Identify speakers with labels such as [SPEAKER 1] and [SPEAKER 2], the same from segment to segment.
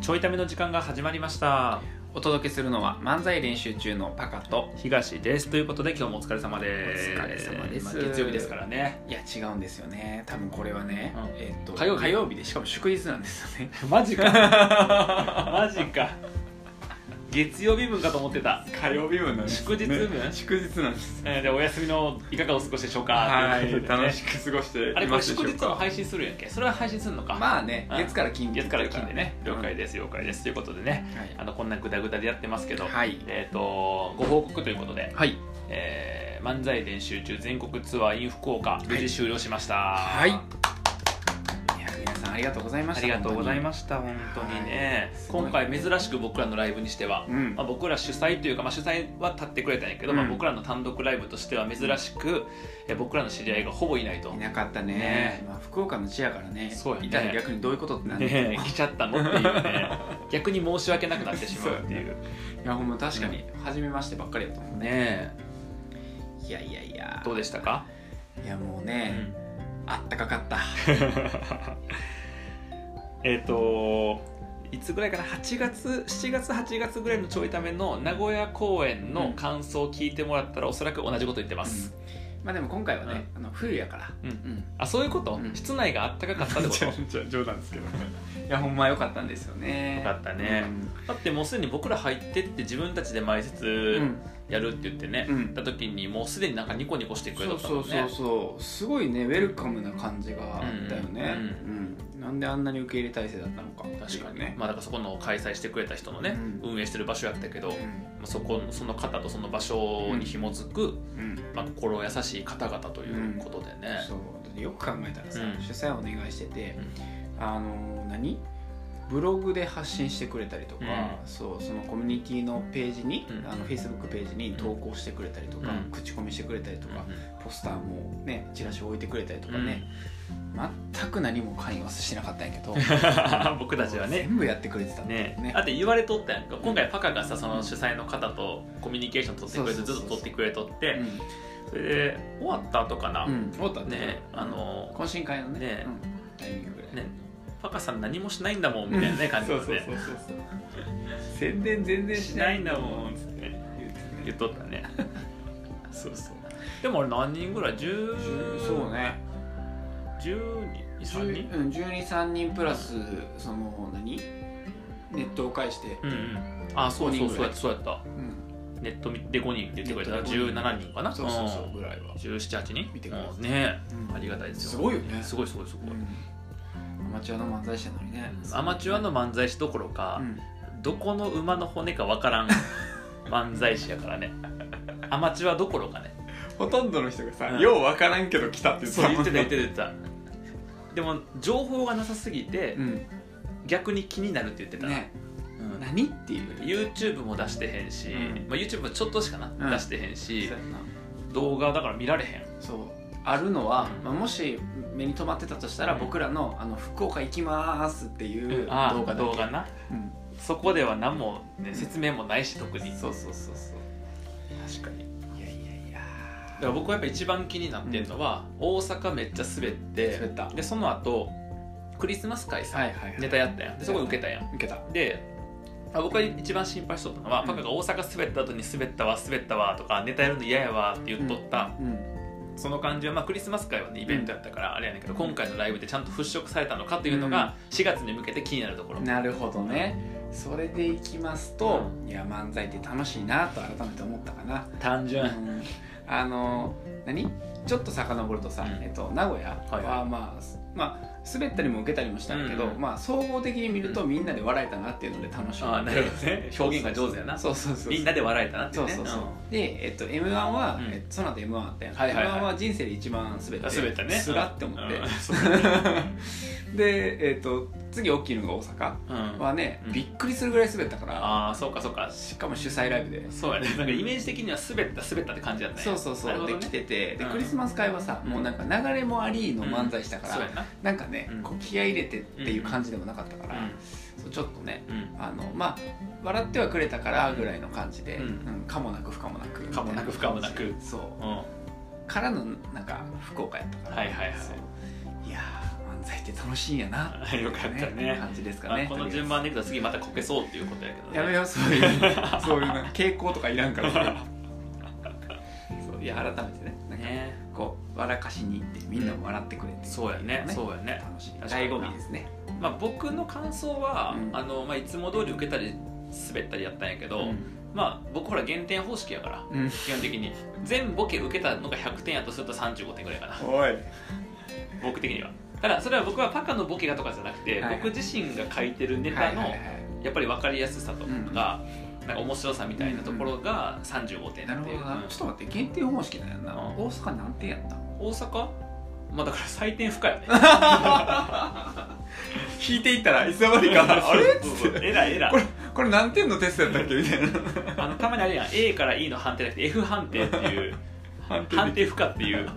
[SPEAKER 1] ちょいための時間が始まりました
[SPEAKER 2] お届けするのは漫才練習中のパカと
[SPEAKER 1] 東ですということで今日もお疲れ様です
[SPEAKER 2] お疲れ様です
[SPEAKER 1] まあ月曜日ですからね
[SPEAKER 2] いや違うんですよね多分これはね、
[SPEAKER 1] うん
[SPEAKER 2] えっと
[SPEAKER 1] 火曜日
[SPEAKER 2] でしかも祝日なんですよね
[SPEAKER 1] マジかマジか月曜日分かと思ってた
[SPEAKER 2] 火曜日分なんです、
[SPEAKER 1] 祝日分
[SPEAKER 2] 祝日なんです
[SPEAKER 1] えーでお休みのいかがお過ごしでしょうか
[SPEAKER 2] は
[SPEAKER 1] とう
[SPEAKER 2] い
[SPEAKER 1] ことでね
[SPEAKER 2] 楽しく過ごして
[SPEAKER 1] あれ
[SPEAKER 2] い
[SPEAKER 1] これ
[SPEAKER 2] ます
[SPEAKER 1] 祝
[SPEAKER 2] でしょ
[SPEAKER 1] 日
[SPEAKER 2] う
[SPEAKER 1] も
[SPEAKER 2] か
[SPEAKER 1] 配信するんやっけそれは配信するのか
[SPEAKER 2] まあね
[SPEAKER 1] うん
[SPEAKER 2] 月から金
[SPEAKER 1] 月から金でね了解です了解ですということでねあ
[SPEAKER 2] は
[SPEAKER 1] のこんなグダグダでやってますけど、
[SPEAKER 2] いはい、
[SPEAKER 1] えっ、とご報告ということで、
[SPEAKER 2] はい
[SPEAKER 1] えー漫才練習中全国ツアー in 福岡無事終了しました
[SPEAKER 2] はいいや皆さんありがとうございまし
[SPEAKER 1] あ
[SPEAKER 2] た
[SPEAKER 1] りがとうござい
[SPEAKER 2] ま
[SPEAKER 1] ました本当にね、
[SPEAKER 2] はいすごい
[SPEAKER 1] 今回珍しく僕らのライブにしては、
[SPEAKER 2] うん
[SPEAKER 1] まあ、僕ら主催というか、まあ、主催は立ってくれたんやけど、まあ、
[SPEAKER 2] うん
[SPEAKER 1] 僕らの単独ライブとしては珍しく、え僕らの知り合いがほぼいないと
[SPEAKER 2] いなかったね
[SPEAKER 1] ね
[SPEAKER 2] まあ、福岡の地やからね
[SPEAKER 1] そうやね
[SPEAKER 2] いたら逆にどういうことってなるんだ
[SPEAKER 1] ねえ 来ちゃったのっていうね逆に申し訳なくなってしまうっていう
[SPEAKER 2] いやほんま確かに初めましてばっかりやと思うね
[SPEAKER 1] ね
[SPEAKER 2] いやいやいや
[SPEAKER 1] どうでしたか、
[SPEAKER 2] いやもう
[SPEAKER 1] う
[SPEAKER 2] ね、
[SPEAKER 1] ん
[SPEAKER 2] あったかかった
[SPEAKER 1] えっといつぐらいかな8月7月8月ぐらいのちょいための名古屋公演の感想を聞いてもらったらおそらく同じこと言ってます、
[SPEAKER 2] まあでも今回はね、あの冬やから
[SPEAKER 1] うん
[SPEAKER 2] ん
[SPEAKER 1] あそういうこと、
[SPEAKER 2] うん
[SPEAKER 1] 室内があったかかった ってこと
[SPEAKER 2] ゃゃ冗談ですけどねいやほんま良かったんですよね
[SPEAKER 1] 良かったねだってもうすでに僕ら入ってって自分たちで前
[SPEAKER 2] うん、
[SPEAKER 1] 説やるって言ってね、
[SPEAKER 2] うん
[SPEAKER 1] 行った時にもうすでになんかニコニコしてくれた
[SPEAKER 2] そう
[SPEAKER 1] か
[SPEAKER 2] そ
[SPEAKER 1] ら
[SPEAKER 2] うそう
[SPEAKER 1] ね
[SPEAKER 2] そうすごいねウェルカムな感じがあったよね
[SPEAKER 1] う
[SPEAKER 2] うんなんであんなに受け入れ体制だったのか
[SPEAKER 1] 確かにね
[SPEAKER 2] ね、
[SPEAKER 1] まあ、だからそこの開催してくれた人のね、
[SPEAKER 2] う
[SPEAKER 1] 運営してる場所やったけど、
[SPEAKER 2] う
[SPEAKER 1] ま
[SPEAKER 2] ん
[SPEAKER 1] あそこその方とその場所に紐づく、
[SPEAKER 2] うん
[SPEAKER 1] まあ、心優しい方々ということでね、
[SPEAKER 2] そうだってよく考えたらさ、
[SPEAKER 1] うん
[SPEAKER 2] 主催お願いしてて、あの何ブログで発信してくれたりとか、
[SPEAKER 1] う
[SPEAKER 2] そうそのコミュニティのページに、
[SPEAKER 1] うん
[SPEAKER 2] あの Facebook ページに投稿してくれたりとか、
[SPEAKER 1] うん
[SPEAKER 2] 口コミしてくれたりと
[SPEAKER 1] と
[SPEAKER 2] か
[SPEAKER 1] か、、
[SPEAKER 2] ポスターもねチラシ置いてくれたりと
[SPEAKER 1] と
[SPEAKER 2] か
[SPEAKER 1] か
[SPEAKER 2] ね
[SPEAKER 1] ね、
[SPEAKER 2] 全く何も関与はしてなかったんやけど
[SPEAKER 1] 僕たちはね
[SPEAKER 2] 全部やってくれてたんだよ
[SPEAKER 1] ね
[SPEAKER 2] ね
[SPEAKER 1] だって言われとったやんか今回パカがさその主催の方とコミュニケーション取ってくれて
[SPEAKER 2] そう
[SPEAKER 1] ず
[SPEAKER 2] そ
[SPEAKER 1] っ
[SPEAKER 2] うそう
[SPEAKER 1] と
[SPEAKER 2] そう
[SPEAKER 1] 取ってくれとってそれで終わった後かな、
[SPEAKER 2] うん、うん、終わったんだよ
[SPEAKER 1] ねあの
[SPEAKER 2] 懇親会のね
[SPEAKER 1] ね
[SPEAKER 2] うん、タイミングぐらい
[SPEAKER 1] ねパカさん何もしないんだもんみたいなね感じで、ね、
[SPEAKER 2] そうそう宣伝全然
[SPEAKER 1] しないんだもんっつって
[SPEAKER 2] 言うてね
[SPEAKER 1] 言っとった ねそうそうでもあれ何人ぐらい10
[SPEAKER 2] そうね
[SPEAKER 1] 10人3人
[SPEAKER 2] うん、123人プラスその何ネットを介して、
[SPEAKER 1] うんうんあそうそうそうやったそうやった
[SPEAKER 2] うん
[SPEAKER 1] ネットで5人って言ってくれたら
[SPEAKER 2] ネットで5人
[SPEAKER 1] 17人かな
[SPEAKER 2] そうそうそうぐらいは、
[SPEAKER 1] 1718人
[SPEAKER 2] 見てくれます
[SPEAKER 1] うんね
[SPEAKER 2] うん
[SPEAKER 1] ありがたいですよ
[SPEAKER 2] すごいよね
[SPEAKER 1] すごいすごいすごい、
[SPEAKER 2] うんアマチュアの漫才師なのにね
[SPEAKER 1] アマチュアの漫才師どころか、どこの馬の骨かわ からん漫才師やからねアマチュアどころかね
[SPEAKER 2] ほとんどの人がさ
[SPEAKER 1] うん
[SPEAKER 2] う分からんけど来たって
[SPEAKER 1] そう言ってた言ってた
[SPEAKER 2] た
[SPEAKER 1] 言ってたでも情報がなさすぎて、
[SPEAKER 2] うん
[SPEAKER 1] 逆に気になるって言ってたな、
[SPEAKER 2] ね
[SPEAKER 1] うん
[SPEAKER 2] 何っていうう
[SPEAKER 1] YouTube も出してへんし、
[SPEAKER 2] うん
[SPEAKER 1] まあ、YouTube もちょっとしかな、
[SPEAKER 2] うん
[SPEAKER 1] 出してへん
[SPEAKER 2] そう
[SPEAKER 1] し
[SPEAKER 2] やな
[SPEAKER 1] 動画だから見られへん
[SPEAKER 2] そうあるのは、
[SPEAKER 1] うん
[SPEAKER 2] まあ、もし目に留まってたとしたら、
[SPEAKER 1] うん
[SPEAKER 2] 僕らのあの「福岡行きまーす」っていう動
[SPEAKER 1] あ
[SPEAKER 2] 画だけ、
[SPEAKER 1] 動画な
[SPEAKER 2] うん
[SPEAKER 1] そこでは何も、ね、説明もないし特に
[SPEAKER 2] そうそうそうそう
[SPEAKER 1] 確かに
[SPEAKER 2] いやいやいや
[SPEAKER 1] だから僕はやっぱ一番気になってんのは、大阪めっちゃ滑って
[SPEAKER 2] 滑った
[SPEAKER 1] でその後クリスマス会さ、
[SPEAKER 2] はいはいはい
[SPEAKER 1] ネタやったやんでそこで受けたやん
[SPEAKER 2] 受けた
[SPEAKER 1] であ僕が一番心配しとったのは、
[SPEAKER 2] うん
[SPEAKER 1] パカが大阪滑った後に滑ったわ滑ったわとかネタやるの嫌やわって言っとった、
[SPEAKER 2] うん
[SPEAKER 1] その感じは、まあ、クリスマス会はねイベントやったからあれやねんけど、今回のライブでちゃんと払拭されたのかというのが4月に向けて気になるところ、
[SPEAKER 2] なるほどねそれでいきますと、いや漫才って楽しいなと改めて思ったかな、
[SPEAKER 1] 単純
[SPEAKER 2] うんあの何ちょっと遡るとさ、
[SPEAKER 1] うん
[SPEAKER 2] えっと、名古屋
[SPEAKER 1] はいは
[SPEAKER 2] はまあ、すまあ滑ったりも受けたりもしたんだけど、
[SPEAKER 1] うんうん
[SPEAKER 2] まあ、総合的に見るとみんなで笑えたなっていうので楽しい
[SPEAKER 1] ああなるほどね表現が上手やな
[SPEAKER 2] そうそうそう
[SPEAKER 1] みんなで笑えたなって
[SPEAKER 2] そ
[SPEAKER 1] ね
[SPEAKER 2] うそうそう、で、えっと、m 1は、
[SPEAKER 1] うん
[SPEAKER 2] えっとその後 m 1あったやん、
[SPEAKER 1] はいはいはい
[SPEAKER 2] m 1は人生で一番滑って
[SPEAKER 1] あ滑ったね
[SPEAKER 2] すらって思って、
[SPEAKER 1] うん
[SPEAKER 2] で、えっと次大きいのが大阪
[SPEAKER 1] うんうん
[SPEAKER 2] はね、
[SPEAKER 1] うん
[SPEAKER 2] びっくりするぐらい滑ったから
[SPEAKER 1] ああそうかそうか
[SPEAKER 2] しかも主催ライブで
[SPEAKER 1] そうやねなんかイメージ的には滑った滑ったって感じだったんや
[SPEAKER 2] そうそうそ
[SPEAKER 1] な
[SPEAKER 2] う、
[SPEAKER 1] るほ
[SPEAKER 2] で
[SPEAKER 1] ど
[SPEAKER 2] 来
[SPEAKER 1] ね
[SPEAKER 2] ててで
[SPEAKER 1] うん
[SPEAKER 2] クリスマス会はさ、
[SPEAKER 1] うん
[SPEAKER 2] もうなんか流れもありの漫才したから、
[SPEAKER 1] そうやな
[SPEAKER 2] なんかね、
[SPEAKER 1] うん
[SPEAKER 2] こう気合い入れてっていう感じでもなかったから、
[SPEAKER 1] う
[SPEAKER 2] そうちょっとね
[SPEAKER 1] んうん
[SPEAKER 2] あのまあ笑ってはくれたからぐらいの感じで、
[SPEAKER 1] うん
[SPEAKER 2] うんかもなく不可もなく
[SPEAKER 1] かもなく不可もなく
[SPEAKER 2] みたい感じそう
[SPEAKER 1] うん
[SPEAKER 2] からのなんか福岡やったから
[SPEAKER 1] はいはいはい
[SPEAKER 2] そういやー漫才ってって楽しいんやなっていう
[SPEAKER 1] よかったね
[SPEAKER 2] 感じですか
[SPEAKER 1] まあ
[SPEAKER 2] ね
[SPEAKER 1] この順番でいくと次またこけそうっていうことやけどね
[SPEAKER 2] やめようそういう そういうなんか傾向とかいらんから そういや改めてねなんか
[SPEAKER 1] ね
[SPEAKER 2] こう笑かしに行ってみんなも笑ってくれて、
[SPEAKER 1] そうやねそう
[SPEAKER 2] や
[SPEAKER 1] やね、
[SPEAKER 2] 楽しい
[SPEAKER 1] 確かに
[SPEAKER 2] 醍醐味ですね
[SPEAKER 1] まあ、僕の感想は、
[SPEAKER 2] うん
[SPEAKER 1] あのまあ、いつも通り受けたり滑ったりやったんやけど、
[SPEAKER 2] うん
[SPEAKER 1] まあ僕ほら減点方式やから
[SPEAKER 2] うん
[SPEAKER 1] 基本的に全ボケ受けたのが100点やとすると35点ぐらいかな
[SPEAKER 2] おい
[SPEAKER 1] 僕的にはただそれは僕はパカのボケがとかじゃなくて、
[SPEAKER 2] はいはい
[SPEAKER 1] 僕自身が書いてるネタの、
[SPEAKER 2] はいはいはい
[SPEAKER 1] やっぱり分かりやすさとか,、なんか面白さみたいなところが35点
[SPEAKER 2] なる
[SPEAKER 1] って
[SPEAKER 2] ほ
[SPEAKER 1] い
[SPEAKER 2] ど
[SPEAKER 1] う、
[SPEAKER 2] な、ちょっと待って限定方式なんやな、
[SPEAKER 1] うん
[SPEAKER 2] 大阪何点やった
[SPEAKER 1] うん大阪まあだから採点不可よね
[SPEAKER 2] 引いていったらいつの間に
[SPEAKER 1] そうそうそうえらいえらい
[SPEAKER 2] これ何点のテストやったっけみたいな
[SPEAKER 1] あのたまにあれやん A から E の判定じゃなくて F 判定っていう
[SPEAKER 2] 判定
[SPEAKER 1] 判定不可っていう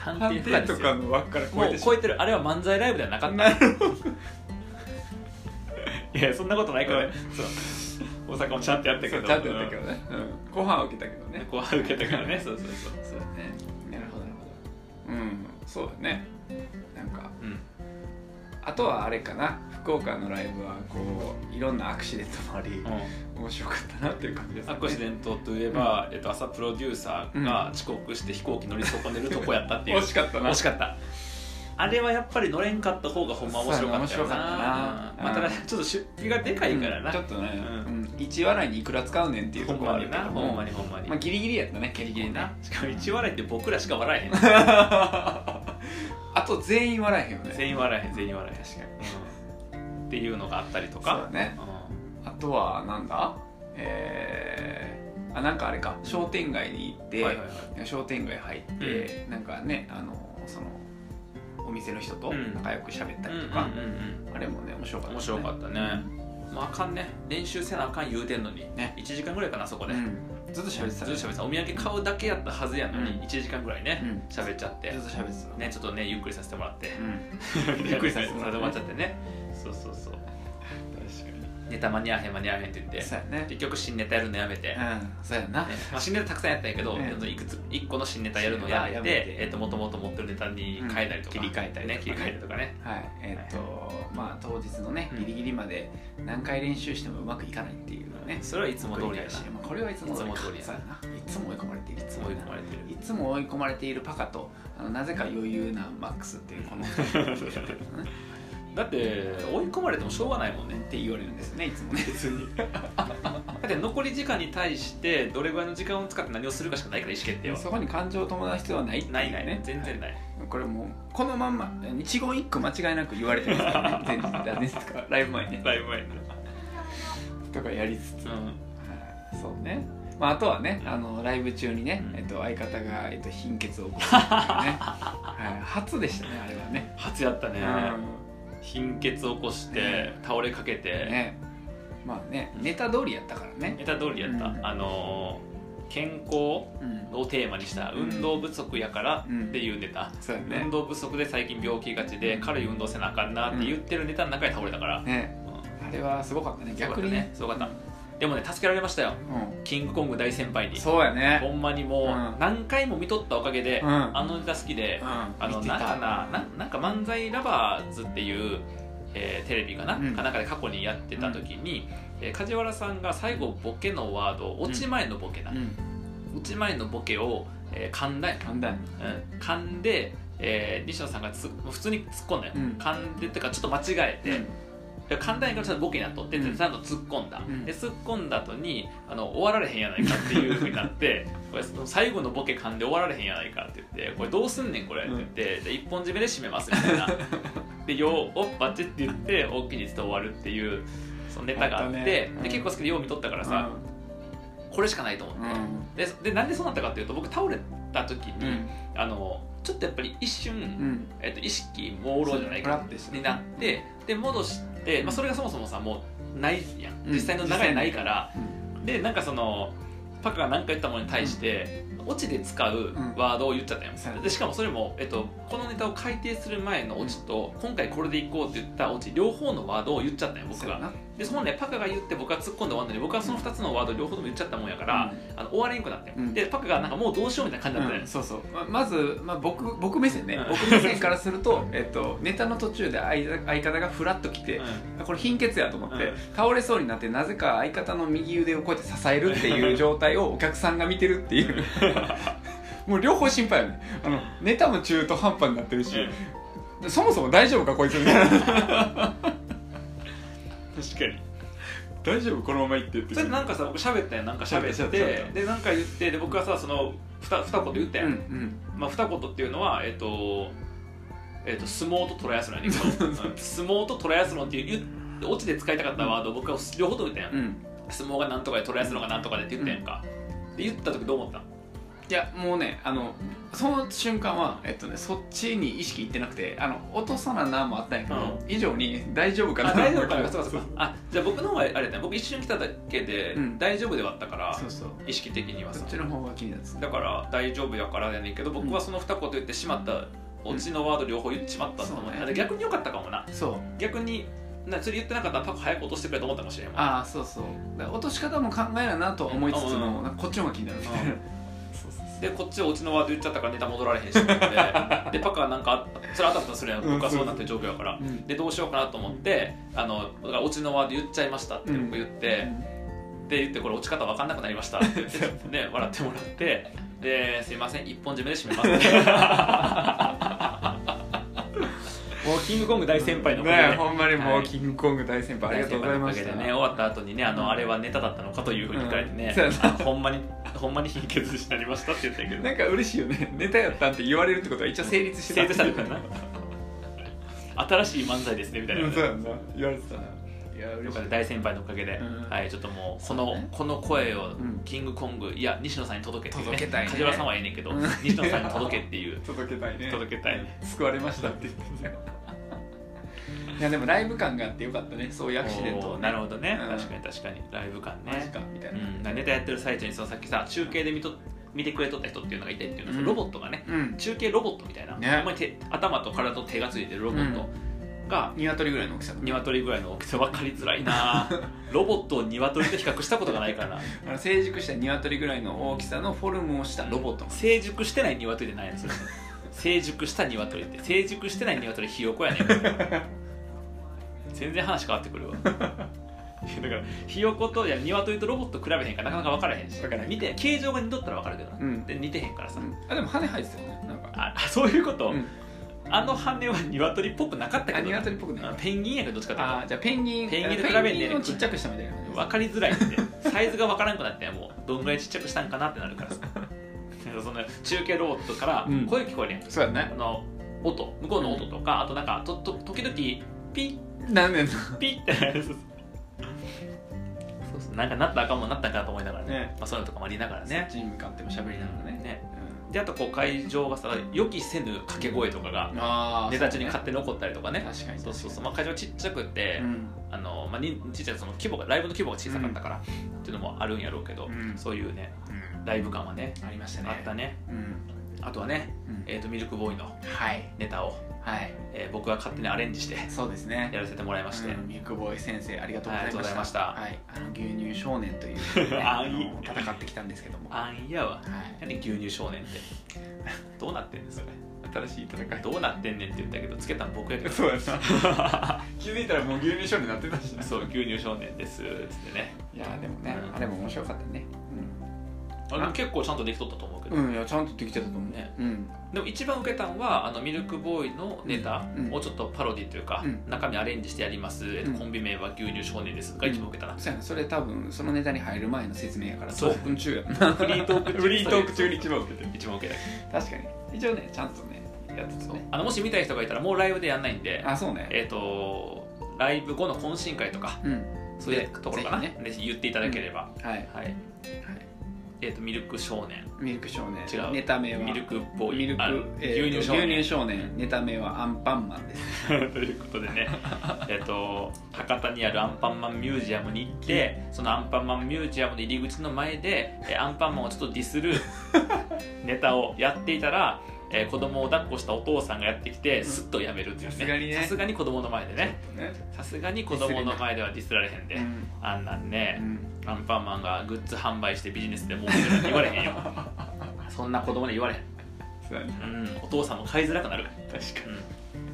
[SPEAKER 1] 判定
[SPEAKER 2] 判
[SPEAKER 1] 不可
[SPEAKER 2] 定
[SPEAKER 1] で
[SPEAKER 2] と
[SPEAKER 1] す
[SPEAKER 2] か
[SPEAKER 1] よ
[SPEAKER 2] の枠から超
[SPEAKER 1] も
[SPEAKER 2] え
[SPEAKER 1] う
[SPEAKER 2] てしま
[SPEAKER 1] 超えてるあれは漫才ライブではなかっ
[SPEAKER 2] う
[SPEAKER 1] た
[SPEAKER 2] ないるほど
[SPEAKER 1] やそんなことないからねそう大阪もちゃんとやったけ
[SPEAKER 2] そ
[SPEAKER 1] ど
[SPEAKER 2] うちゃん とやったけどね、うん、後半は受けたけど
[SPEAKER 1] うん
[SPEAKER 2] ね
[SPEAKER 1] こう受けたからねそうそうそう
[SPEAKER 2] そうだねなるほどなるほどうんそうだねなんか
[SPEAKER 1] うん
[SPEAKER 2] あとはあれかな福岡のライブはこういろんなアクシデントもあり、
[SPEAKER 1] うん
[SPEAKER 2] 面白かったなっていう感じです、ね、
[SPEAKER 1] アクシデントといえば、えっと、朝プロデューサーが遅刻して飛行機乗り損ねるとこやったっていう
[SPEAKER 2] 惜しかったな
[SPEAKER 1] 惜しかったあれはやっぱり乗れんかった方がほんま面白かったよな
[SPEAKER 2] そうやな面白かったな
[SPEAKER 1] うんまあ、ただちょっと出費がでかいからな、
[SPEAKER 2] うんちょっとね、
[SPEAKER 1] う
[SPEAKER 2] うん一笑いにいくら使うねんっていう
[SPEAKER 1] ほん
[SPEAKER 2] ところ
[SPEAKER 1] ま
[SPEAKER 2] あ
[SPEAKER 1] に
[SPEAKER 2] るけ
[SPEAKER 1] な
[SPEAKER 2] ど
[SPEAKER 1] ほん
[SPEAKER 2] も
[SPEAKER 1] まにほんまに、
[SPEAKER 2] まあギリギリやったね
[SPEAKER 1] ギ
[SPEAKER 2] ギリギリな
[SPEAKER 1] しかも一笑いって僕らしか笑えへん
[SPEAKER 2] あと全員笑えへんよね
[SPEAKER 1] 全員笑えへん全員笑えへん確かにっていうのがあったりと
[SPEAKER 2] そう
[SPEAKER 1] か
[SPEAKER 2] だねあとはなんだえー、あなんかあれか商店街に行っ
[SPEAKER 1] う
[SPEAKER 2] て、
[SPEAKER 1] んはいはいはい
[SPEAKER 2] 商店街入って、なんかねあのそのお店の人と
[SPEAKER 1] うん
[SPEAKER 2] 仲良く喋った
[SPEAKER 1] うん
[SPEAKER 2] り
[SPEAKER 1] うん
[SPEAKER 2] とか、
[SPEAKER 1] うん
[SPEAKER 2] あれもね面白か
[SPEAKER 1] うん
[SPEAKER 2] った、ね、
[SPEAKER 1] 面白かったねまああかんね練習せなあかん言うてんのに
[SPEAKER 2] ね
[SPEAKER 1] 1時間ぐらいかなそこで、
[SPEAKER 2] うんずっと喋って
[SPEAKER 1] ず
[SPEAKER 2] た
[SPEAKER 1] っと
[SPEAKER 2] ね
[SPEAKER 1] 喋ってたお土産買うだけやったはずやのに、
[SPEAKER 2] うん
[SPEAKER 1] 1時間ぐらい
[SPEAKER 2] うん
[SPEAKER 1] ね喋っちゃって、
[SPEAKER 2] ずっと喋ってた
[SPEAKER 1] ねちょっとねゆっくりさせてもらって、
[SPEAKER 2] うんゆっくりさせて
[SPEAKER 1] そ
[SPEAKER 2] も
[SPEAKER 1] れで
[SPEAKER 2] らって
[SPEAKER 1] 終わっちゃってねそうそうそうネタ間に合わへん間に合わへんって言って
[SPEAKER 2] そうやね
[SPEAKER 1] 結局新ネタやるのやめて、
[SPEAKER 2] うんそうやな、
[SPEAKER 1] ねまあ、新ネタたくさんやったんやけど、
[SPEAKER 2] ね
[SPEAKER 1] いくつ1個の新ネタやるのをやめて
[SPEAKER 2] やめて
[SPEAKER 1] えっともともと持ってるネタに変えたりとか、
[SPEAKER 2] うん切り替えたりとかね
[SPEAKER 1] ね切り替えたりとかね
[SPEAKER 2] はいえっ、とまあ当日のね
[SPEAKER 1] うん
[SPEAKER 2] ギリギリまで何回練習してもうまくいかないっていうね、
[SPEAKER 1] それはいつも通りや
[SPEAKER 2] 繰
[SPEAKER 1] な
[SPEAKER 2] 返しまあこれはいつも通りか
[SPEAKER 1] いつも通りやな
[SPEAKER 2] そうないつも追い込まれているい
[SPEAKER 1] いつも追い込まれてる
[SPEAKER 2] いつも追い込まれているパカとあのなぜか余裕なマックスっていうこの2人がい るんだけどね
[SPEAKER 1] だって追い込まれてもしょうがないもんね
[SPEAKER 2] って言われるんですよねいつもね
[SPEAKER 1] 別にだって残り時間に対してどれぐらいの時間を使って何をするかしかないから意思決定は
[SPEAKER 2] そこに感情を伴う必要はないっていう
[SPEAKER 1] ないない
[SPEAKER 2] ね
[SPEAKER 1] 全然ない
[SPEAKER 2] これもうこのまんま一言一句間違いなく言われてますから ね前日だねとかライブ前ね
[SPEAKER 1] ライブ前に
[SPEAKER 2] とかやりつつ、
[SPEAKER 1] う
[SPEAKER 2] は
[SPEAKER 1] ん
[SPEAKER 2] いそうねまあ、あとはね、
[SPEAKER 1] うん
[SPEAKER 2] あのライブ中にね、
[SPEAKER 1] うん
[SPEAKER 2] えっと、相方が、えっと、貧血を起こすっていう ね、はい、初でしたねあれはね
[SPEAKER 1] 初やったね、
[SPEAKER 2] う
[SPEAKER 1] 貧血を起こして、
[SPEAKER 2] ね
[SPEAKER 1] 倒れかけて、
[SPEAKER 2] んねまあねネタ通りやったからね
[SPEAKER 1] ネタ通りやった、
[SPEAKER 2] うん
[SPEAKER 1] あのー健康
[SPEAKER 2] うん
[SPEAKER 1] をテーマにした運動不足やからっていうネタ、
[SPEAKER 2] そうやね
[SPEAKER 1] 運動不足で最近病気がちで軽い運動せなあかんなって言ってるネタの中で倒れたから、
[SPEAKER 2] ねあれはすごかったね
[SPEAKER 1] すごかった
[SPEAKER 2] 逆にね
[SPEAKER 1] すごかったでもね助けられましたよ
[SPEAKER 2] う
[SPEAKER 1] キングコング大先輩
[SPEAKER 2] ん
[SPEAKER 1] に
[SPEAKER 2] そうや
[SPEAKER 1] ほ
[SPEAKER 2] ね
[SPEAKER 1] んまにもう
[SPEAKER 2] うん
[SPEAKER 1] 何回も見とったおかげで、
[SPEAKER 2] うん
[SPEAKER 1] あのネタ好きで、あ
[SPEAKER 2] あ
[SPEAKER 1] の
[SPEAKER 2] 見て
[SPEAKER 1] なんか
[SPEAKER 2] た
[SPEAKER 1] なななんか漫才ラバーズっていう、えーテレビかな、
[SPEAKER 2] うん
[SPEAKER 1] かなんかで過去にやってた時に、えー梶原さんが最後ボケのワード落ち前のボケな、
[SPEAKER 2] うん
[SPEAKER 1] 落ち前のボケを、えー噛んだんや
[SPEAKER 2] なんだよ
[SPEAKER 1] うん、噛んで、えー西野さんがつ普通に突っ込んだよ、
[SPEAKER 2] うん
[SPEAKER 1] 噛んでってかちょっと間違えて、で簡単にからちょっとボケになっとって、
[SPEAKER 2] うん
[SPEAKER 1] ちゃんと突っ込んだ、
[SPEAKER 2] うん
[SPEAKER 1] で突っ込んだ後にあの終わられへんやないかっていうふうになってこれその最後のボケ噛んで終わられへんやないかって言ってこれどうすんねんこれって言って、で一本締めで締めますみたい なでようおっバチって言って大きいにして終わるっていうそのネタがあって
[SPEAKER 2] あったねうん
[SPEAKER 1] で結構好きでよう見とったからさ、これしかないと思って、
[SPEAKER 2] うん
[SPEAKER 1] ででなんでそうなったかっていうと僕倒れた時
[SPEAKER 2] う
[SPEAKER 1] に、
[SPEAKER 2] ん
[SPEAKER 1] あのちょっとやっぱり一瞬、
[SPEAKER 2] うん
[SPEAKER 1] えっと意識朦朧じゃないけど
[SPEAKER 2] そうブラッてした
[SPEAKER 1] になってで戻して、まあ、それがそもそもさもうないやん実際の流れないから、でなんかそのパカが何か言ったものに対して、オチで使うワードを言っちゃったよ、
[SPEAKER 2] そうやね
[SPEAKER 1] でしかもそれも、えっと、このネタを改定する前のオチと、今回これでいこうって言ったオチ両方のワードを言っちゃったよ僕
[SPEAKER 2] そうや
[SPEAKER 1] が
[SPEAKER 2] な
[SPEAKER 1] でそのねパカが言って僕は突っ込んで終わるのに僕はその2つのワード両方とも言っちゃったもんやから、あの終われんくなって、
[SPEAKER 2] うん
[SPEAKER 1] でパカがなんかもうどうしようみたいな感じだった
[SPEAKER 2] う
[SPEAKER 1] よ
[SPEAKER 2] ん
[SPEAKER 1] ね、
[SPEAKER 2] そうそうままず、まあ、僕僕目線ね、
[SPEAKER 1] うん
[SPEAKER 2] 僕目線からすると、 えっと、ネタの途中で相相方がフラッと来て、これ貧血やと思って、
[SPEAKER 1] うん
[SPEAKER 2] 倒れそうになってなぜか相方の右腕をこうやって支えるって いう状態をお客さんが見てるっていう もう両方心配よねあのネタも中途半端になってるし、そもそも大丈夫かこいつみたいな
[SPEAKER 1] 確かに
[SPEAKER 2] 大丈夫このまま行ってって
[SPEAKER 1] それでなんかさ僕喋ったやんなんか喋
[SPEAKER 2] 喋
[SPEAKER 1] っ
[SPEAKER 2] った喋
[SPEAKER 1] て
[SPEAKER 2] った
[SPEAKER 1] でなんか言ってで僕はさその二二言言ったや、
[SPEAKER 2] うんん
[SPEAKER 1] まあ二言っていうのはえっ、とえっ、と相撲とトライアスロンやねんけど うん相撲とトライアスロンっていう言うオチで使いたかったワードを僕は両方とも言ったやん、
[SPEAKER 2] うんうん
[SPEAKER 1] 相撲がなんとかでトライアスロンがなんとかでって言ったやんか、で言った時どう思った
[SPEAKER 2] いやもうねあのその瞬間は、えっとね、そっちに意識いってなくてあの落とさななもあったんやけど、
[SPEAKER 1] うん
[SPEAKER 2] 以上に大丈夫かな
[SPEAKER 1] あ大丈夫かなそうかそう
[SPEAKER 2] そう
[SPEAKER 1] かあじゃあ僕の方があれだね僕一瞬来ただけで
[SPEAKER 2] うん
[SPEAKER 1] 大丈夫ではあったから、
[SPEAKER 2] そうそう
[SPEAKER 1] 意識的には
[SPEAKER 2] そ
[SPEAKER 1] さ
[SPEAKER 2] っちの方が気になって
[SPEAKER 1] だから大丈夫やからやねんけど僕はその二言言ってしまった、オチのワード両方言ってしまったと思
[SPEAKER 2] そう
[SPEAKER 1] う、
[SPEAKER 2] ね
[SPEAKER 1] あで逆に良かったかもな
[SPEAKER 2] たそう
[SPEAKER 1] 逆になそれ言ってなかったらパク早く落としてくれと思ったかもしれんもん
[SPEAKER 2] ああそうそうだから落とし方も考えななとは思いつつ
[SPEAKER 1] うん
[SPEAKER 2] も、なんかこっちの方が気になるみたいな、
[SPEAKER 1] うん
[SPEAKER 2] そうそう
[SPEAKER 1] でこっちはオチのワード言っちゃったからネタ戻られへん しと思ってでパクはなんかそれあたふたするやん僕はそうなってる状況やから
[SPEAKER 2] そううん
[SPEAKER 1] でどうしようかなと思ってあのだからオチのワード言っちゃいましたって僕言って、で言ってこれ落ち方分かんなくなりま したって言ってで笑ってもらってで「すいません一本締めで締めます」
[SPEAKER 3] もうキングコング大先輩の
[SPEAKER 2] うん
[SPEAKER 3] おかげで
[SPEAKER 2] ねえほんまにも
[SPEAKER 1] は
[SPEAKER 2] う
[SPEAKER 1] い
[SPEAKER 2] キングコング大先輩ありがとうございました
[SPEAKER 1] 大先輩のおかげでね終わった後にねあのあれはネタだったのかというふうに書いてね、
[SPEAKER 2] うん
[SPEAKER 1] あほんまにほんまに貧血になりましたって言ったけど
[SPEAKER 2] なんか嬉しいよね ネタやったんって言われるってことは一応成立してた
[SPEAKER 1] 成立したのかな新しい漫才ですねみたいな、
[SPEAKER 2] う
[SPEAKER 1] ね
[SPEAKER 2] んそうやんな言われてたないや嬉
[SPEAKER 1] よ
[SPEAKER 2] し
[SPEAKER 1] か
[SPEAKER 2] い
[SPEAKER 1] った大先輩のおかげで、
[SPEAKER 2] うん
[SPEAKER 1] はい、ちょっともうこ
[SPEAKER 2] そ
[SPEAKER 1] の
[SPEAKER 2] うね
[SPEAKER 1] この声を
[SPEAKER 2] ん
[SPEAKER 1] キングコングいや西野さんに届けっていうね
[SPEAKER 2] 届けたいね
[SPEAKER 1] 梶原さんはええねんけど
[SPEAKER 2] うん
[SPEAKER 1] 西野さんに届けって いう
[SPEAKER 2] 届けたいね
[SPEAKER 1] 届けたいね
[SPEAKER 2] 救われましたって言ってね いやでもライブ感があってよかったねそういうアクシデントを
[SPEAKER 1] お
[SPEAKER 2] ね
[SPEAKER 1] ーなるほどね、
[SPEAKER 2] うん
[SPEAKER 1] 確かに確かにライブ感ね
[SPEAKER 2] マジかみたいな
[SPEAKER 1] うん、ネタやってる最中にそのさっきさ中継で見と見てくれとった人っていうのがいてっていうのは、
[SPEAKER 2] うん
[SPEAKER 1] ロボットがね
[SPEAKER 2] うん
[SPEAKER 1] 中継ロボットみたいな、
[SPEAKER 2] ね
[SPEAKER 1] ほんまに手頭と体と手がついてるロボットが、
[SPEAKER 2] 鶏ぐらいの大きさ
[SPEAKER 1] 鶏ぐらいの大きさ分かりづらい なロボットを鶏と比較したことがないからな
[SPEAKER 2] あの成熟した鶏ぐらいの大きさのフォルムをしたロボット
[SPEAKER 1] 成熟してない鶏でないんですよ成熟した鶏って成熟してない鶏ひよこやねん 全然話変わってくるわいやだからひよこといや鶏とロボット比べへんからなかなか分からへんし
[SPEAKER 2] 分からへん
[SPEAKER 1] 見て形状が似とったら分かるけどな、
[SPEAKER 2] うん
[SPEAKER 1] で似てへんからさ、
[SPEAKER 2] あでも羽生えてたよねなんか
[SPEAKER 1] あそういうこと、
[SPEAKER 2] うん
[SPEAKER 1] あの羽は鶏っぽくなかったけど
[SPEAKER 2] あ鶏っぽくない
[SPEAKER 1] あペンギンやけどどっちかって
[SPEAKER 2] あーじゃあペンギン
[SPEAKER 1] ペンギンと
[SPEAKER 2] あ
[SPEAKER 1] 比べんでね
[SPEAKER 2] ペンギンをちっちゃくしたみたいな
[SPEAKER 1] いうと分かりづらいってサイズが分からんくなってもうどんぐらいちっちゃくしたんかなってなるからさ その中継ロボットから
[SPEAKER 2] うん
[SPEAKER 1] 声聞こえるやん
[SPEAKER 2] そうや
[SPEAKER 1] あ
[SPEAKER 2] ね
[SPEAKER 1] の音向こうの音とか、あとなんかとと時々ピッ
[SPEAKER 2] 何年
[SPEAKER 1] ピッって なるそうそうそうなんかなったらあかんもんなったんかなと思いながらね
[SPEAKER 2] ね
[SPEAKER 1] まあ、そういうのとかもありながら
[SPEAKER 2] ね
[SPEAKER 1] ね
[SPEAKER 2] チームかっても喋りながらね
[SPEAKER 1] ねであとこう会場がさ予期せぬ掛け声とかが
[SPEAKER 2] あ
[SPEAKER 1] ネタ中に
[SPEAKER 2] 勝
[SPEAKER 1] 勝手に起こったりとかね
[SPEAKER 2] 確かに
[SPEAKER 1] そうそうそう、まあ、会場ちっちゃくて、
[SPEAKER 2] うん
[SPEAKER 1] あのまあ、にちっちゃいその規模がライブの規模が小さかったから、っていうのもあるんやろうけど、
[SPEAKER 2] うん
[SPEAKER 1] そういうねライブ感はね
[SPEAKER 2] ありましたね
[SPEAKER 1] あったね
[SPEAKER 2] うん
[SPEAKER 1] あとはね、
[SPEAKER 2] うん
[SPEAKER 1] えー、とミルクボーイの
[SPEAKER 2] はい
[SPEAKER 1] ネタを、
[SPEAKER 2] はい
[SPEAKER 1] えー僕が勝手にアレンジして
[SPEAKER 2] そうですね
[SPEAKER 1] やらせてもらいまして、
[SPEAKER 2] うんミルクボーイ先生ありがとう
[SPEAKER 1] はいありがとうご
[SPEAKER 2] ござ
[SPEAKER 1] ざ
[SPEAKER 2] い
[SPEAKER 1] い
[SPEAKER 2] ま
[SPEAKER 1] ま
[SPEAKER 2] し
[SPEAKER 1] したた
[SPEAKER 2] はいあの牛乳少年という、ね、
[SPEAKER 1] あ
[SPEAKER 2] あの
[SPEAKER 1] いい
[SPEAKER 2] 戦ってきたんですけどもは
[SPEAKER 1] あんやわ
[SPEAKER 2] い
[SPEAKER 1] 何牛乳少年って どうなってんですか
[SPEAKER 2] 新しい戦い
[SPEAKER 1] どうなってんねんって言ったけどつけたの僕 やけど
[SPEAKER 2] そうやな気づいたらもう牛乳少年になってたしな
[SPEAKER 1] そう牛乳少年ですっつってね
[SPEAKER 2] いやーでもね、
[SPEAKER 1] うん
[SPEAKER 2] あれも面白かったね
[SPEAKER 1] あれも結構ちゃんとできとったと思うけど、
[SPEAKER 2] うん、いやちゃんとできてたと思う
[SPEAKER 1] ね
[SPEAKER 2] うん
[SPEAKER 1] でも一番受けたんはあのミルクボーイのネタ
[SPEAKER 2] うん
[SPEAKER 1] をちょっとパロディというか、
[SPEAKER 2] うん
[SPEAKER 1] 中身アレンジしてやります、えっと
[SPEAKER 2] うん
[SPEAKER 1] コンビ名は牛乳少年ですが一番受けたな、
[SPEAKER 2] そうやなそれ多分そのネタに入る前の説明やから
[SPEAKER 1] そう
[SPEAKER 2] トークン中やな
[SPEAKER 1] フリートーク中
[SPEAKER 2] フリートーク中に一番受けて
[SPEAKER 1] 一番受けた
[SPEAKER 2] 確かに一応ねちゃんとねやってたね
[SPEAKER 1] あのもし見たい人がいたらもうライブでやんないんで
[SPEAKER 2] あそうね
[SPEAKER 1] えっ、とライブ後の懇親会とか
[SPEAKER 2] うん
[SPEAKER 1] そういうところかな
[SPEAKER 2] ぜ
[SPEAKER 1] ぜ
[SPEAKER 2] ひ
[SPEAKER 1] ひ,、言っていただければ、
[SPEAKER 2] はい、はい、
[SPEAKER 1] はいえっ、とミルク少年
[SPEAKER 2] ミルク少年
[SPEAKER 1] 違う
[SPEAKER 2] ネタ名は
[SPEAKER 1] ミルクボーイ
[SPEAKER 2] ミルク
[SPEAKER 1] あ
[SPEAKER 2] えー
[SPEAKER 1] 牛乳少年
[SPEAKER 2] 牛乳少年ネタ名はアンパンマンで す
[SPEAKER 1] ということで ねえっと博多にあるアンパンマンミュージアムに行ってそのアンパンマンミュージアムの入 り口の前でえアンパンマンをちょっとディスるネタをやっていたら、ええー子供を抱っこしたお父さんがやってきてすっとやめるっていうね
[SPEAKER 2] さすがにね
[SPEAKER 1] さすがに子供の前でねさすがに子供の前ではディスられへんで、
[SPEAKER 2] うん
[SPEAKER 1] あんなん
[SPEAKER 2] う
[SPEAKER 1] ね、
[SPEAKER 2] ん
[SPEAKER 1] アンパンマンがグッズ販売してビジネスで儲けてるなんて言われへんよそんな子供に言われへん、
[SPEAKER 2] そうやね
[SPEAKER 1] うん、お父さんも買いづらくなる、
[SPEAKER 2] 確かに
[SPEAKER 1] うん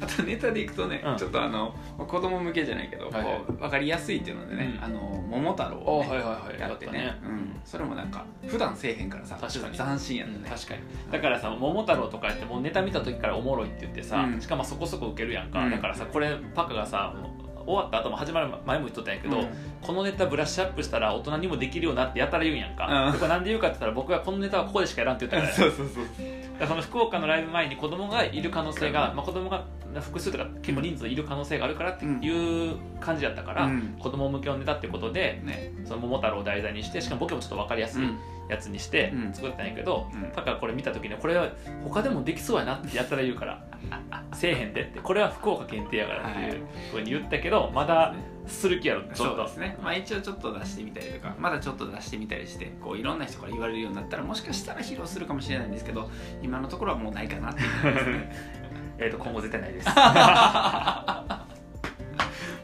[SPEAKER 2] あとネタでいくとね、
[SPEAKER 1] うん
[SPEAKER 2] ちょっとあの子供向けじゃないけど、
[SPEAKER 1] はいはい
[SPEAKER 2] こう分かりやすいっていうのでね「
[SPEAKER 1] うん
[SPEAKER 2] あの桃太郎
[SPEAKER 1] あ
[SPEAKER 2] をね」
[SPEAKER 1] はいはいはい
[SPEAKER 2] やってね
[SPEAKER 1] やったね
[SPEAKER 2] うん、それもなんか普段せえへんからさ
[SPEAKER 1] 確かに
[SPEAKER 2] ちょっと斬新や
[SPEAKER 1] うんん
[SPEAKER 2] ね、
[SPEAKER 1] 確かにだからさ「桃太郎」とかやってもうネタ見た時からおもろいって言ってさ、
[SPEAKER 2] うん
[SPEAKER 1] しかもそこそこウケるやんか、
[SPEAKER 2] うん
[SPEAKER 1] だからさこれパカがさもう終わった後も始まる前も言っとったんやけど、
[SPEAKER 2] うん
[SPEAKER 1] このネタブラッシュアップしたら大人にもできるようになってやたら言うんやんか、
[SPEAKER 2] うん
[SPEAKER 1] でこれなんで言うかって言ったら僕がこのネタはここでしかやらんって言ったからや
[SPEAKER 2] そうそうそう
[SPEAKER 1] だからその福岡のライブ前に子供がいる可能性が、まあ、子供が複数とか結構人数いる可能性があるからっていう感じだったから、
[SPEAKER 2] うん
[SPEAKER 1] 子供向けのネタってことで
[SPEAKER 2] ね
[SPEAKER 1] その桃太郎を題材にしてしかもボケもちょっと分かりやすいやつにして
[SPEAKER 2] うん
[SPEAKER 1] 作ったんやけど、
[SPEAKER 2] うん
[SPEAKER 1] パカがこれ見た時にこれは他でもできそうやなってやったら言う から「せえへんで」ってこれは福岡限定やからっていうふうに言ったけどまだする気やろちょ
[SPEAKER 2] そ
[SPEAKER 1] っ
[SPEAKER 2] う
[SPEAKER 1] と
[SPEAKER 2] ですね、まあ、一応ちょっと出してみたりとかまだちょっと出してみたりしてこういろんな人から言われるようになったらもしかしたら披露するかもしれないんですけど今のところはもうないかなっていう感じです ね
[SPEAKER 1] えーと今後絶対ないです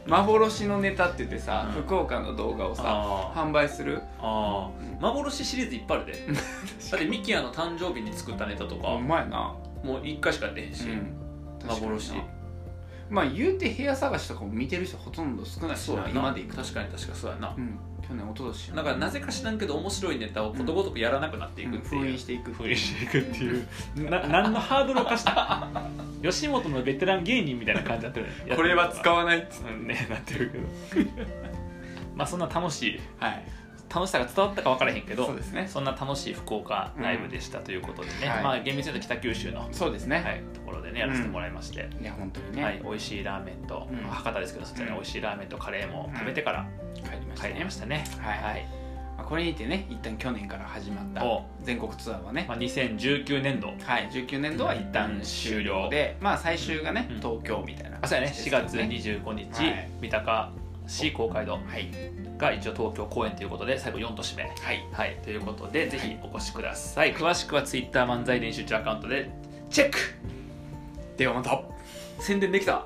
[SPEAKER 2] 幻のネタって言ってさ、
[SPEAKER 1] うん
[SPEAKER 2] 福岡の動画をさ
[SPEAKER 1] あー
[SPEAKER 2] 販売する
[SPEAKER 1] あー幻シリーズいっぱいあるでだってミキヤの誕生日に作ったネタとか
[SPEAKER 2] うまいな
[SPEAKER 1] もう1回しか出へんし、
[SPEAKER 2] うん、
[SPEAKER 1] 幻
[SPEAKER 2] 確かになまあ言うて部屋探しとかも見てる人ほとんど少ないし
[SPEAKER 1] そうや
[SPEAKER 2] な
[SPEAKER 1] な
[SPEAKER 2] 今でいくと、
[SPEAKER 1] 確かに確かそうやな
[SPEAKER 2] う、ん、去年一昨年
[SPEAKER 1] なんかなぜか知らんけど面白いネタをことごとくやらなくなっていくっていう、
[SPEAKER 2] 封印していく
[SPEAKER 1] 封印していくっていうな何のハードルを課した吉本のベテラン芸人みたいな感じになってる
[SPEAKER 2] これは使
[SPEAKER 1] う
[SPEAKER 2] わないっつ
[SPEAKER 1] うんねなってるけど まあそんな楽しい
[SPEAKER 2] はい
[SPEAKER 1] 楽しさが伝わったか分からへんけど
[SPEAKER 2] そうですね
[SPEAKER 1] そんな楽しい福岡ライブでしたということでね、
[SPEAKER 2] うんはい
[SPEAKER 1] まあ厳密に言うと北九州の、は
[SPEAKER 2] そうですね、
[SPEAKER 1] い、ところでねやらせてもらいまして、
[SPEAKER 2] い、や本当にね、
[SPEAKER 1] はい、美味しいラーメンと、
[SPEAKER 2] うん
[SPEAKER 1] 博多ですけどそちらに美味しいラーメンとカレーも食べてから
[SPEAKER 2] 帰りました
[SPEAKER 1] 帰
[SPEAKER 2] ね
[SPEAKER 1] りましたね、
[SPEAKER 2] はい
[SPEAKER 1] はい
[SPEAKER 2] まあ、これにてね一旦去年から始まった
[SPEAKER 1] お
[SPEAKER 2] 全国ツアーはね、
[SPEAKER 1] まあ、2019年度
[SPEAKER 2] はい、19年度は一旦終了で、まあ、最終がね、
[SPEAKER 1] うん
[SPEAKER 2] 東京みたいな
[SPEAKER 1] あそうやね
[SPEAKER 2] です
[SPEAKER 1] 4
[SPEAKER 2] けど
[SPEAKER 1] 月25日、
[SPEAKER 2] はい
[SPEAKER 1] 三鷹市公会堂
[SPEAKER 2] はい
[SPEAKER 1] が一応東京公演ということで最後4都市目はい、ということでぜひお越しください、詳しくは Twitter 漫才練習中アカウントでチェック
[SPEAKER 2] ではまた
[SPEAKER 1] 宣伝できた